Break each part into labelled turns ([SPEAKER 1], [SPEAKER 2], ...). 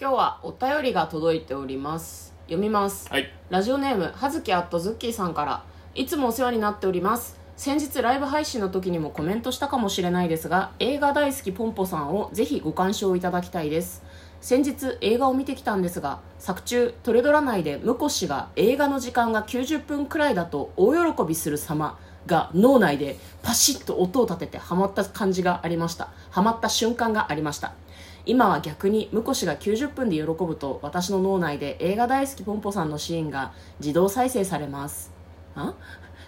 [SPEAKER 1] 今日はお便りが届いております読みます
[SPEAKER 2] はい
[SPEAKER 1] ラジオネームはずきアットズッキーさんからいつもお世話になっております先日ライブ配信の時にもコメントしたかもしれないですが映画大好きポンポさんをぜひご鑑賞いただきたいです先日映画を見てきたんですが作中トレドラ内で婿氏が映画の時間が90分くらいだと大喜びする様が脳内でパシッと音を立ててハマった感じがありましたハマった瞬間がありました今は逆に婿氏が90分で喜ぶと私の脳内で映画大好きポンポさんのシーンが自動再生されますあ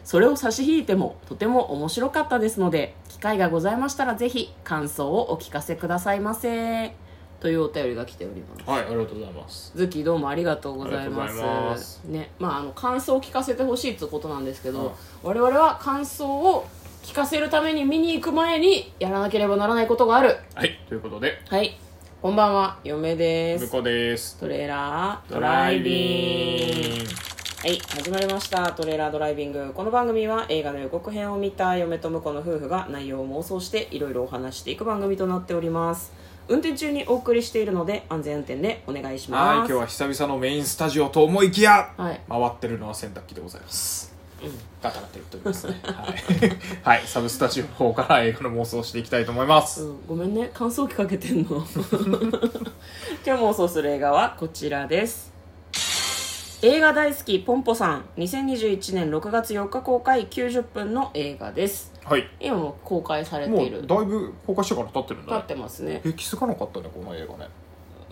[SPEAKER 1] それを差し引いてもとても面白かったですので機会がございましたらぜひ感想をお聞かせくださいませというお便りが来ております
[SPEAKER 2] はいありがとうございます
[SPEAKER 1] ズッキーどうもありがとうございま
[SPEAKER 2] あ
[SPEAKER 1] す
[SPEAKER 2] りがとうございます
[SPEAKER 1] ねまあ、あの感想を聞かせてほしいってことなんですけど、
[SPEAKER 2] うん
[SPEAKER 1] 我々は感想を聞かせるために見に行く前にやらなければならないことがある
[SPEAKER 2] はいということで
[SPEAKER 1] はいこんばんは嫁で
[SPEAKER 2] 向
[SPEAKER 1] す
[SPEAKER 2] こうです
[SPEAKER 1] トレーラード
[SPEAKER 2] ド
[SPEAKER 1] ラ
[SPEAKER 2] ラ
[SPEAKER 1] イ
[SPEAKER 2] イ
[SPEAKER 1] ビング
[SPEAKER 2] ビング
[SPEAKER 1] はい始まりましたトレーラードライビングこの番組は映画の予告編を見た嫁と婿の夫婦が内容を妄想していろいろお話していく番組となっております運転中にお送りしているので安全運転でお願いし
[SPEAKER 2] はい
[SPEAKER 1] ま
[SPEAKER 2] 今
[SPEAKER 1] す
[SPEAKER 2] 日は久々のメインスタジオと思いきや、
[SPEAKER 1] はい
[SPEAKER 2] 回ってるのは洗濯機でございます、ガタガタ言っておりますねはい、 はい、サブスタジオの方から映画の妄想をしていきたいと思います、
[SPEAKER 1] うん、ごめんね乾燥機かけ てんの今日妄想する映画はこちらです映画大好きポンポさん2021年6月4日公開90分の映画です
[SPEAKER 2] はい
[SPEAKER 1] 今もう公開され
[SPEAKER 2] も
[SPEAKER 1] て
[SPEAKER 2] う
[SPEAKER 1] いる
[SPEAKER 2] だいぶ公開してから経ってるん
[SPEAKER 1] 経
[SPEAKER 2] だ
[SPEAKER 1] っ
[SPEAKER 2] ね
[SPEAKER 1] てますね
[SPEAKER 2] え気づかなかったねこの映画ね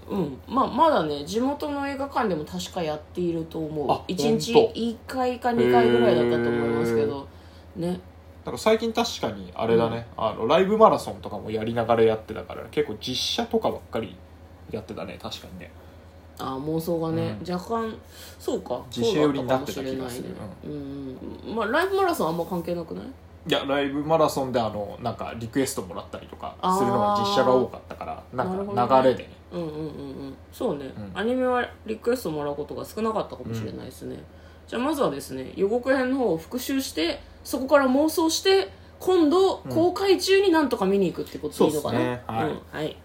[SPEAKER 1] うんまあ、まだね地元の映画館でも確かやっていると思う
[SPEAKER 2] あ
[SPEAKER 1] 1日
[SPEAKER 2] ほんと
[SPEAKER 1] 1回か2回ぐらいだったと思いますけどね
[SPEAKER 2] なんか最近確かにあれだね、あのライブマラソンとかもやりながらやってたから結構実写とかばっかりやってたね確かにね
[SPEAKER 1] あ妄想がね、
[SPEAKER 2] う
[SPEAKER 1] 若干そうか
[SPEAKER 2] 自信寄りになってた気がする
[SPEAKER 1] そうだったかもしれないねうん、まあライブマラソンあんま関係なくない
[SPEAKER 2] いやライブマラソンであのなんかリクエストもらったりとかするのが実写が多かったから
[SPEAKER 1] なる
[SPEAKER 2] なん
[SPEAKER 1] ほど
[SPEAKER 2] か
[SPEAKER 1] ね
[SPEAKER 2] 流れでね
[SPEAKER 1] うんうんうんうんそうね、
[SPEAKER 2] うん
[SPEAKER 1] アニメはリクエストもらうことが少なかったかもしれないですね、じゃあまずはですね予告編の方を復習してそこから妄想して今度
[SPEAKER 2] うん
[SPEAKER 1] 公開中になんとか見に行くってことでいいのかな、
[SPEAKER 2] そうっすねはい
[SPEAKER 1] うんはい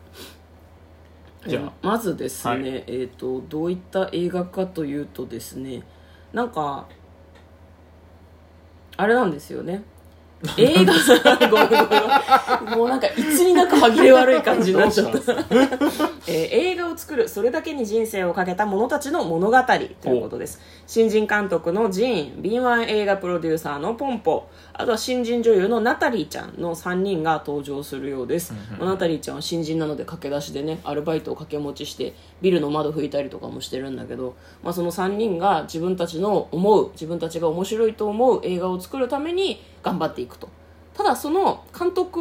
[SPEAKER 2] じゃあ
[SPEAKER 1] えーまずですね、
[SPEAKER 2] はい
[SPEAKER 1] えー、とどういった映画かというとですねなんかあれなんですよね映画 ごめんごめんごめんもうなんかいつになく歯切れ悪い感じになっちゃった
[SPEAKER 2] どうしたんですか
[SPEAKER 1] えー映画を作るそれだけに人生をかけた者たちの物語ということです新人監督のジーン敏腕映画プロデューサーのポンポあとは新人女優のナタリーちゃんの3人が登場するようです、まあナタリーちゃんは新人なので駆け出しでねアルバイトを掛け持ちしてビルの窓拭いたりとかもしてるんだけど、まあ、その3人が自分たちの思う自分たちが面白いと思う映画を作るために頑張っていくとただその監督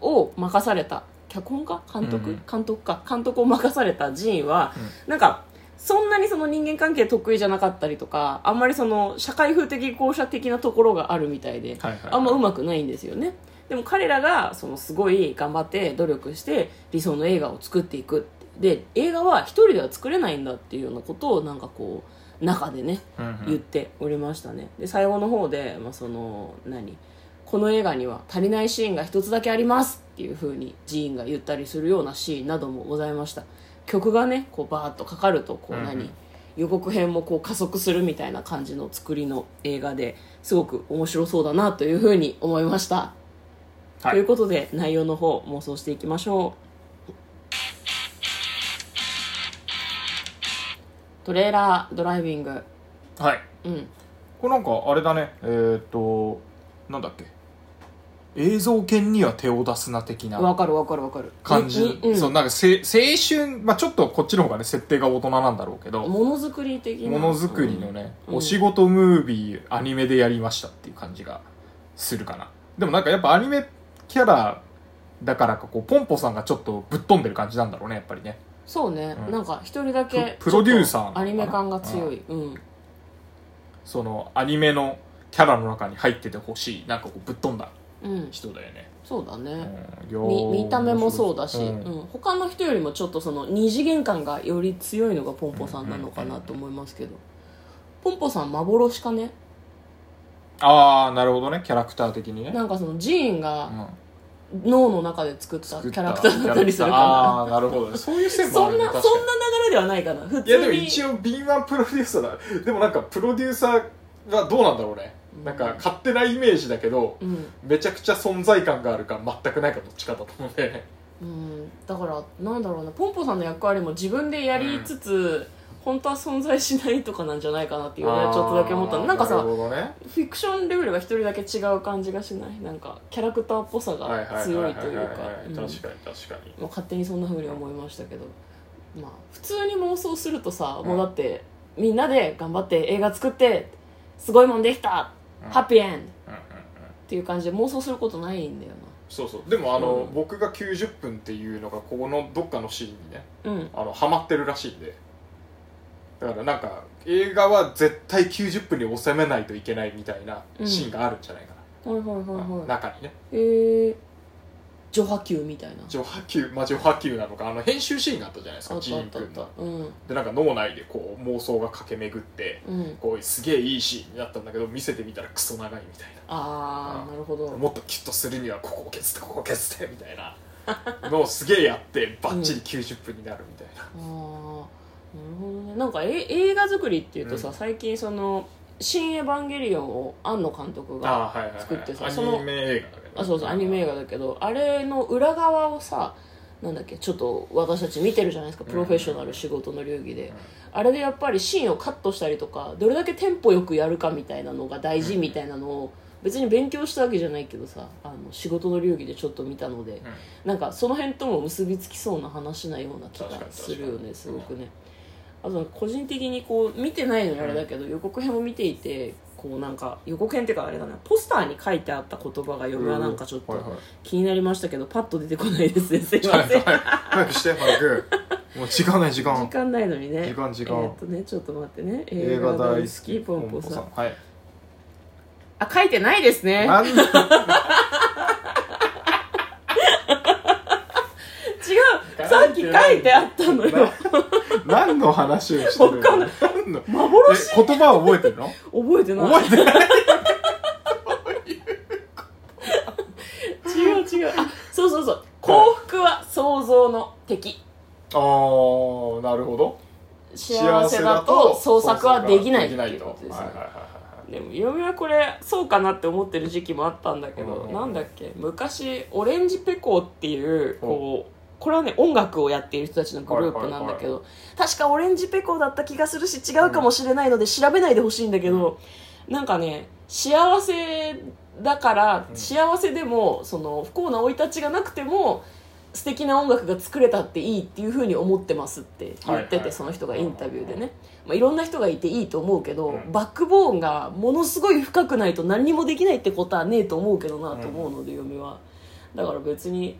[SPEAKER 1] を任された脚本家監督、
[SPEAKER 2] うんうん
[SPEAKER 1] 監督か監督を任されたジーンは、なんかそんなにその人間関係得意じゃなかったりとかあんまりその社会風的校舎的なところがあるみたいで、
[SPEAKER 2] はいはいはい
[SPEAKER 1] あんまうまくないんですよねでも彼らがそのすごい頑張って努力して理想の映画を作っていくで映画は一人では作れないんだっていうようなことをなんかこう中でね
[SPEAKER 2] うんうん
[SPEAKER 1] 言っておりましたねで最後の方で、まあ、その何この映画には足りないシーンが一つだけありますっていう風に寺院が言ったりするようなシーンなどもございました曲がねこうバーッとかかるとこう
[SPEAKER 2] うんうん
[SPEAKER 1] 何、予告編もこう加速するみたいな感じの作りの映画ですごく面白そうだなという風に思いました、
[SPEAKER 2] は
[SPEAKER 1] という
[SPEAKER 2] い、
[SPEAKER 1] ことで内容の方妄想していきましょうトレーラードライビング
[SPEAKER 2] はい、
[SPEAKER 1] うん
[SPEAKER 2] これなんかあれだねえーっ、となんだっけ映像犬には手を出すな的な
[SPEAKER 1] わかるわかるわかる
[SPEAKER 2] 感じ、
[SPEAKER 1] ににうん、
[SPEAKER 2] そうなんかせ青春、まあ、ちょっとこっちの方がね設定が大人なんだろうけど
[SPEAKER 1] ものづくり的な
[SPEAKER 2] ものづくりのね、
[SPEAKER 1] うん
[SPEAKER 2] お仕事ムービーアニメでやりましたっていう感じがするかなでもなんかやっぱアニメキャラだからかこうポンポさんがちょっとぶっ飛んでる感じなんだろうねやっぱりね
[SPEAKER 1] そうね、
[SPEAKER 2] うん
[SPEAKER 1] なんか一人だけ
[SPEAKER 2] ププロデューサー
[SPEAKER 1] ちょっとアニメ感が強いうん、
[SPEAKER 2] そのアニメのキャラの中に入っててほしいなんかこうぶっ飛んだ
[SPEAKER 1] うん、
[SPEAKER 2] 人だよね、
[SPEAKER 1] そうだ
[SPEAKER 2] うん
[SPEAKER 1] ね、
[SPEAKER 2] いやー
[SPEAKER 1] み見た目もそうだし、う
[SPEAKER 2] 面
[SPEAKER 1] ん
[SPEAKER 2] 白いうん
[SPEAKER 1] 他の人よりもちょっとその二次元感がより強いのがポンポさんなのかなと思いますけど、ポンポさん幻かね
[SPEAKER 2] ああなるほどねキャラクター的にね
[SPEAKER 1] なんかそのジーンが
[SPEAKER 2] うん
[SPEAKER 1] 脳の中で作ったキ
[SPEAKER 2] 作
[SPEAKER 1] ャラクターだったりするか
[SPEAKER 2] ああーなるほどそういう
[SPEAKER 1] な
[SPEAKER 2] 線もあ
[SPEAKER 1] そ
[SPEAKER 2] る
[SPEAKER 1] ん
[SPEAKER 2] ね
[SPEAKER 1] なそんな
[SPEAKER 2] 確
[SPEAKER 1] 流
[SPEAKER 2] かに
[SPEAKER 1] れではないかな普
[SPEAKER 2] いやで
[SPEAKER 1] 通
[SPEAKER 2] も
[SPEAKER 1] に
[SPEAKER 2] 一応敏腕プロデューサーだでもなんかプロデューサーがどうなんだろうねなんか勝手なイメージだけど
[SPEAKER 1] うん
[SPEAKER 2] めちゃくちゃ存在感があるか全くないかどっちかだと思うんだよね
[SPEAKER 1] うん、だからなんだろうなポンポさんの役割も自分でやりつつ、本当は存在しないとかなんじゃないかなっていうのはちょっとだけ思った
[SPEAKER 2] あー
[SPEAKER 1] なんかさ
[SPEAKER 2] るほどね
[SPEAKER 1] フィクションレベルが一人だけ違う感じがしないなんかキャラクターっぽさ
[SPEAKER 2] はいは
[SPEAKER 1] が
[SPEAKER 2] いは
[SPEAKER 1] 強
[SPEAKER 2] い
[SPEAKER 1] いというか
[SPEAKER 2] はいはい
[SPEAKER 1] うん
[SPEAKER 2] 確かに確かに
[SPEAKER 1] まあ勝手にそんな風に思いましたけど、まあ、普通に妄想するとさ、もうだってみんなで頑張って映画作ってすごいもんできた、
[SPEAKER 2] うん
[SPEAKER 1] ハッピーエンドっ
[SPEAKER 2] うんうんうん
[SPEAKER 1] ていう感じで妄想することないんだよ
[SPEAKER 2] そうそうでもあの、
[SPEAKER 1] うん
[SPEAKER 2] 僕が90分っていうのがここのどっかのシーンにね
[SPEAKER 1] なうん
[SPEAKER 2] あのハマってるらしいんでだからなんか映画は絶対90分に収めないといけないみたいなシーンがあるんじゃないか
[SPEAKER 1] はいはいはい
[SPEAKER 2] な、
[SPEAKER 1] はい
[SPEAKER 2] 中にね
[SPEAKER 1] えー、女波球みたいな
[SPEAKER 2] 上波球まあ上波球なのかあの編集シーンがあったじゃないです
[SPEAKER 1] あ
[SPEAKER 2] か
[SPEAKER 1] っ
[SPEAKER 2] ジ
[SPEAKER 1] たあ
[SPEAKER 2] ー
[SPEAKER 1] っ
[SPEAKER 2] ン
[SPEAKER 1] たあっ
[SPEAKER 2] 君
[SPEAKER 1] た
[SPEAKER 2] の
[SPEAKER 1] うん
[SPEAKER 2] でなんか脳内でこう妄想が駆け巡って
[SPEAKER 1] うん
[SPEAKER 2] こうすげえいいシーンになったんだけど見せてみたらクソ長いみたい
[SPEAKER 1] あ
[SPEAKER 2] あ
[SPEAKER 1] あなるほど
[SPEAKER 2] なもっとキュッとするにはここを削ってここを削ってみたいなのをすげえやってバッチリ90分になるみたいな、
[SPEAKER 1] ああなるほどねなんかえ映画作りっていうとさ、
[SPEAKER 2] うん
[SPEAKER 1] 最近その「新エヴァンゲリオン」を庵野監督が
[SPEAKER 2] あーはいはいはい
[SPEAKER 1] 作ってさその
[SPEAKER 2] アニメ映画だけど
[SPEAKER 1] あそうそうアニメ映画だけどあれの裏側をさなんだっけちょっと私たち見てるじゃないですかプロフェッショナル仕事の流儀で、あれでやっぱりシーンをカットしたりとかどれだけテンポよくやるかみたいなのが大事みたいなのを別に勉強したわけじゃないけどさあの仕事の流儀でちょっと見たので、
[SPEAKER 2] うん
[SPEAKER 1] なんかその辺とも結びつきそうな話なような気が
[SPEAKER 2] 確かに
[SPEAKER 1] するよね
[SPEAKER 2] 確
[SPEAKER 1] す
[SPEAKER 2] かに
[SPEAKER 1] ごくね、あと個人的にこう見てないのにあれだけど、予告編を見ていてこうなんか予告編っていうかあれだなポスターに書いてあった言葉が読みはなんかちょっ
[SPEAKER 2] はいは
[SPEAKER 1] と気になりましたけどパッと出てこないですねすい
[SPEAKER 2] い
[SPEAKER 1] ません
[SPEAKER 2] はいはい早くして早くもう時間ない時間
[SPEAKER 1] 時間ないのにね
[SPEAKER 2] 時間時間
[SPEAKER 1] えーっとねちょっと待ってね
[SPEAKER 2] 映画大好き
[SPEAKER 1] ポンポさん
[SPEAKER 2] はい
[SPEAKER 1] あ書いてないですね
[SPEAKER 2] なんで
[SPEAKER 1] 違うさっき書いてあったのよ
[SPEAKER 2] 何の話をしてる
[SPEAKER 1] わかん
[SPEAKER 2] の
[SPEAKER 1] ない
[SPEAKER 2] 何の
[SPEAKER 1] 幻
[SPEAKER 2] え言葉を覚えてるの
[SPEAKER 1] 覚えてない
[SPEAKER 2] 覚えてない
[SPEAKER 1] 違う違うあそうそうそう幸福は想像の敵
[SPEAKER 2] ああなるほど
[SPEAKER 1] 幸せだと創作はできないっていうことです
[SPEAKER 2] はい
[SPEAKER 1] ね
[SPEAKER 2] はいはいは
[SPEAKER 1] でも嫁はこれそうかなって思ってる時期もあったんだけど、
[SPEAKER 2] うん
[SPEAKER 1] なんだっけ昔オレンジペコっていうこう、これはね音楽をやっている人たちのグループなんだけど、確かオレンジペコだった気がするし違うかもしれないので調べないでほしいんだけど、なんかね幸せだから、
[SPEAKER 2] うん
[SPEAKER 1] 幸せでもその不幸な生い立ちがなくても素敵な音楽が作れたっていいっていうふうに思ってますって言ってて、
[SPEAKER 2] はいはい
[SPEAKER 1] その人がインタビューでね、まあ、いろんな人がいていいと思うけど、
[SPEAKER 2] うん
[SPEAKER 1] バックボーンがものすごい深くないと何にもできないってことはねえと思うけどなと思うので、嫁はだから別に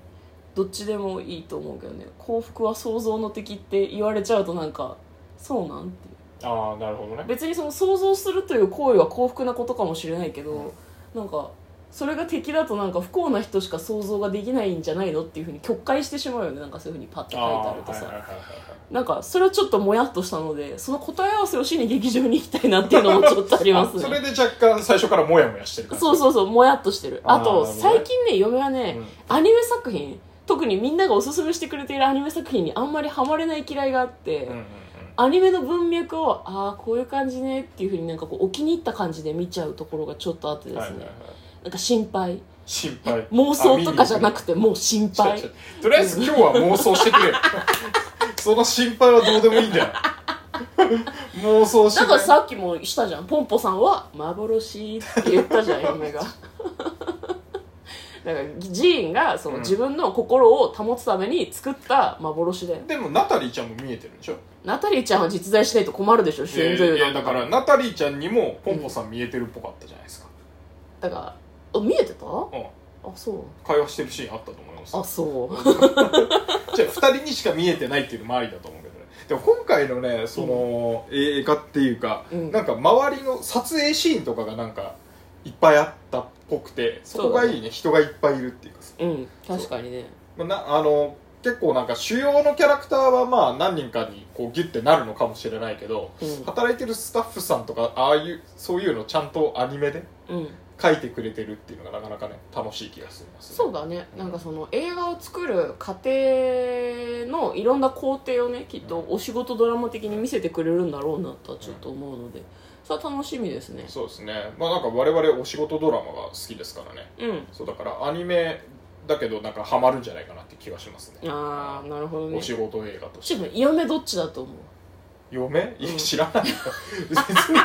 [SPEAKER 1] どっちでもいいと思うけどね幸福は想像の敵って言われちゃうとなんかそうなんっていう
[SPEAKER 2] いああなるほどね
[SPEAKER 1] 別にその想像するという行為は幸福なことかもしれないけど、なんかそれが敵だとなんか不幸な人しか想像ができないんじゃないのっていうふうに曲解してしまうよねなんかそういうふうにパッと書いてあるとさ、
[SPEAKER 2] はいはいはいはい
[SPEAKER 1] なんかそれはちょっともやっとしたのでその答え合わせをしに劇場に行きたいなっていうのもちょっとあります
[SPEAKER 2] あそ
[SPEAKER 1] ね
[SPEAKER 2] れで若干最初からモヤモヤしてる感じ
[SPEAKER 1] そうそうそうもやっとしてるあと
[SPEAKER 2] あーなるほどね
[SPEAKER 1] 最近ね嫁はね、
[SPEAKER 2] うん
[SPEAKER 1] アニメ作品特にみんながおすすめしてくれているアニメ作品にあんまりハマれない嫌いがあって、
[SPEAKER 2] うんうんうん
[SPEAKER 1] アニメの文脈をああこういう感じねっていうふうになんかこうお気に入った感じで見ちゃうところがちょっとあってですね、
[SPEAKER 2] はいはいはい
[SPEAKER 1] なんか心配
[SPEAKER 2] 心配
[SPEAKER 1] 妄想とかじゃな
[SPEAKER 2] て
[SPEAKER 1] くてもう心配
[SPEAKER 2] 違う違うとりあえず今日は妄想してく れよその心配はどうでもいいんだよ妄想して
[SPEAKER 1] だ
[SPEAKER 2] くれ
[SPEAKER 1] からさっきもしたじゃんポンポさんは「幻」って言ったじゃん嫁がだからジーンがその、
[SPEAKER 2] うん
[SPEAKER 1] 自分の心を保つために作った幻だよ
[SPEAKER 2] でもナタリーちゃんも見えてるんでしょ
[SPEAKER 1] ナタリーちゃんは実在しないと困るでしょ主演女優
[SPEAKER 2] いや
[SPEAKER 1] ないん
[SPEAKER 2] やだ
[SPEAKER 1] だ
[SPEAKER 2] か
[SPEAKER 1] からら
[SPEAKER 2] ナタリーちゃんにもポンポさん見えてるっぽかったじゃないですか、
[SPEAKER 1] だからあ見えてたあ
[SPEAKER 2] うん、
[SPEAKER 1] そう
[SPEAKER 2] 会話してるシーンあったと思います
[SPEAKER 1] あそう
[SPEAKER 2] じゃあ2人にしか見えてないっていうのもありだと思うけどねでも今回のねその、映画っていうか、
[SPEAKER 1] うん
[SPEAKER 2] なんか周りの撮影シーンとかがなんかいっぱいあったっぽくてそこがいいね人がいっぱいいるっていうかさ
[SPEAKER 1] うん確かにね
[SPEAKER 2] まあなあの結構なんか主要のキャラクターはまあ何人かにこうギュッてなるのかもしれないけど
[SPEAKER 1] う
[SPEAKER 2] 働いてるスタッフさんとかああいうそういうのちゃんとアニメで
[SPEAKER 1] んうん
[SPEAKER 2] 書いてくれてるっていうのがなかなかね楽しい気がします、
[SPEAKER 1] そうだねなんかその映画を作る過程のいろんな工程をねきっとお仕事ドラマ的に見せてくれるんだろうなとはちょっと思うのでそれは楽しみですね
[SPEAKER 2] そうですねまあなんか我々お仕事ドラマが好きですからね
[SPEAKER 1] うん
[SPEAKER 2] そうだからアニメだけどなんかハマるんじゃないかなって気がしますね
[SPEAKER 1] ああなるほどね
[SPEAKER 2] お仕事映画と
[SPEAKER 1] ち
[SPEAKER 2] し
[SPEAKER 1] ょってと嫁どっちだと思う
[SPEAKER 2] 嫁いや知らないよ別にそんなの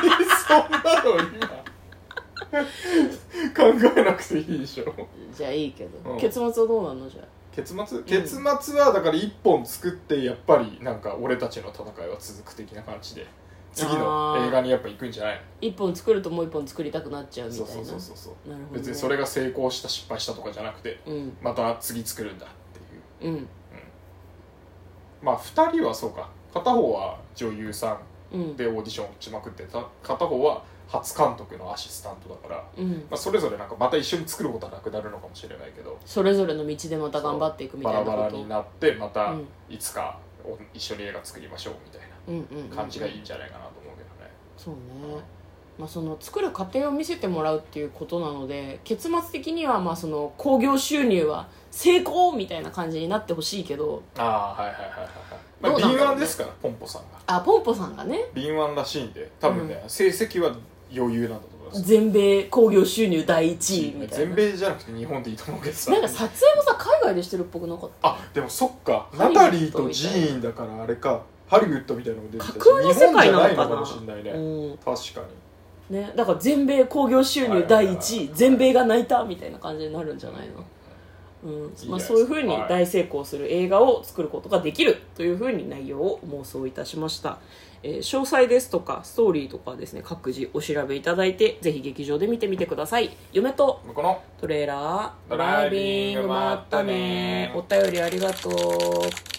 [SPEAKER 2] 今考えなくていいでしょ
[SPEAKER 1] じゃあいいけど、
[SPEAKER 2] うん
[SPEAKER 1] 結末はどうなのじゃあ
[SPEAKER 2] 結末結末はだから一本作ってやっぱりなんか俺たちの戦いは続く的な感じで次の映画にやっぱ行くんじゃない
[SPEAKER 1] 一本作るともう一本作りたくなっちゃう
[SPEAKER 2] の
[SPEAKER 1] みた
[SPEAKER 2] そ
[SPEAKER 1] いうな
[SPEAKER 2] そうそうそうそう
[SPEAKER 1] なるほど、ね、
[SPEAKER 2] 別にそれが成功した失敗したとかじゃなくて
[SPEAKER 1] うん
[SPEAKER 2] また次作るんだっていう
[SPEAKER 1] うん
[SPEAKER 2] まあ2人はそうか片方は女優さ
[SPEAKER 1] うん
[SPEAKER 2] んでオーディション落ちまくってた片方は初監督のアシスタントだから、
[SPEAKER 1] うん
[SPEAKER 2] まあ、それぞれなんかまた一緒に作ることはなくなるのかもしれないけど
[SPEAKER 1] それぞれの道でまた頑張っていくみた
[SPEAKER 2] バ
[SPEAKER 1] いな
[SPEAKER 2] ラ
[SPEAKER 1] こと
[SPEAKER 2] バラになってまた
[SPEAKER 1] うん
[SPEAKER 2] いつかお一緒に映画作りましょうみたい
[SPEAKER 1] うんうんうんうん
[SPEAKER 2] な感じがいいんじゃないかなと思うけどね、
[SPEAKER 1] そうね、まあ、その作る過程を見せてもらうっていうことなので結末的にはまあその興行収入は成功みたいな感じになってほしいけど
[SPEAKER 2] ああはいはいはいはい、はい
[SPEAKER 1] どうな
[SPEAKER 2] まあ、
[SPEAKER 1] ん
[SPEAKER 2] 敏
[SPEAKER 1] だろうね
[SPEAKER 2] 腕ですからポンポさんが
[SPEAKER 1] あポンポさんがね
[SPEAKER 2] 敏腕らしいんで多分ね、成績は余裕なんだと思います
[SPEAKER 1] 全米興行収入第1位みたい
[SPEAKER 2] 全
[SPEAKER 1] な
[SPEAKER 2] 米じゃなくて日本でいいと思うけどさ
[SPEAKER 1] なんか撮影もさ海外でしてるっぽくなかった
[SPEAKER 2] あでもそっか
[SPEAKER 1] ハ
[SPEAKER 2] ナ
[SPEAKER 1] リウッド
[SPEAKER 2] タリーとジーンだからあれかハリウッドみたいなのも出てたし
[SPEAKER 1] 架空の世界なの
[SPEAKER 2] 日本じゃない
[SPEAKER 1] か
[SPEAKER 2] のか
[SPEAKER 1] な
[SPEAKER 2] もしれないね、
[SPEAKER 1] うん
[SPEAKER 2] 確かに
[SPEAKER 1] ね、だから全米興行収入第1位全米が泣いたみたいな感じになるんじゃないの、うん
[SPEAKER 2] す
[SPEAKER 1] まあ、そういうふうに大成功する映画を作ることができるというふうに内容を妄想いたしました、えー詳細ですとかストーリーとかですね各自お調べいただいてぜひ劇場で見てみてください嫁と
[SPEAKER 2] この
[SPEAKER 1] トレーラー
[SPEAKER 2] ドライビング
[SPEAKER 1] まったねお便りありがとう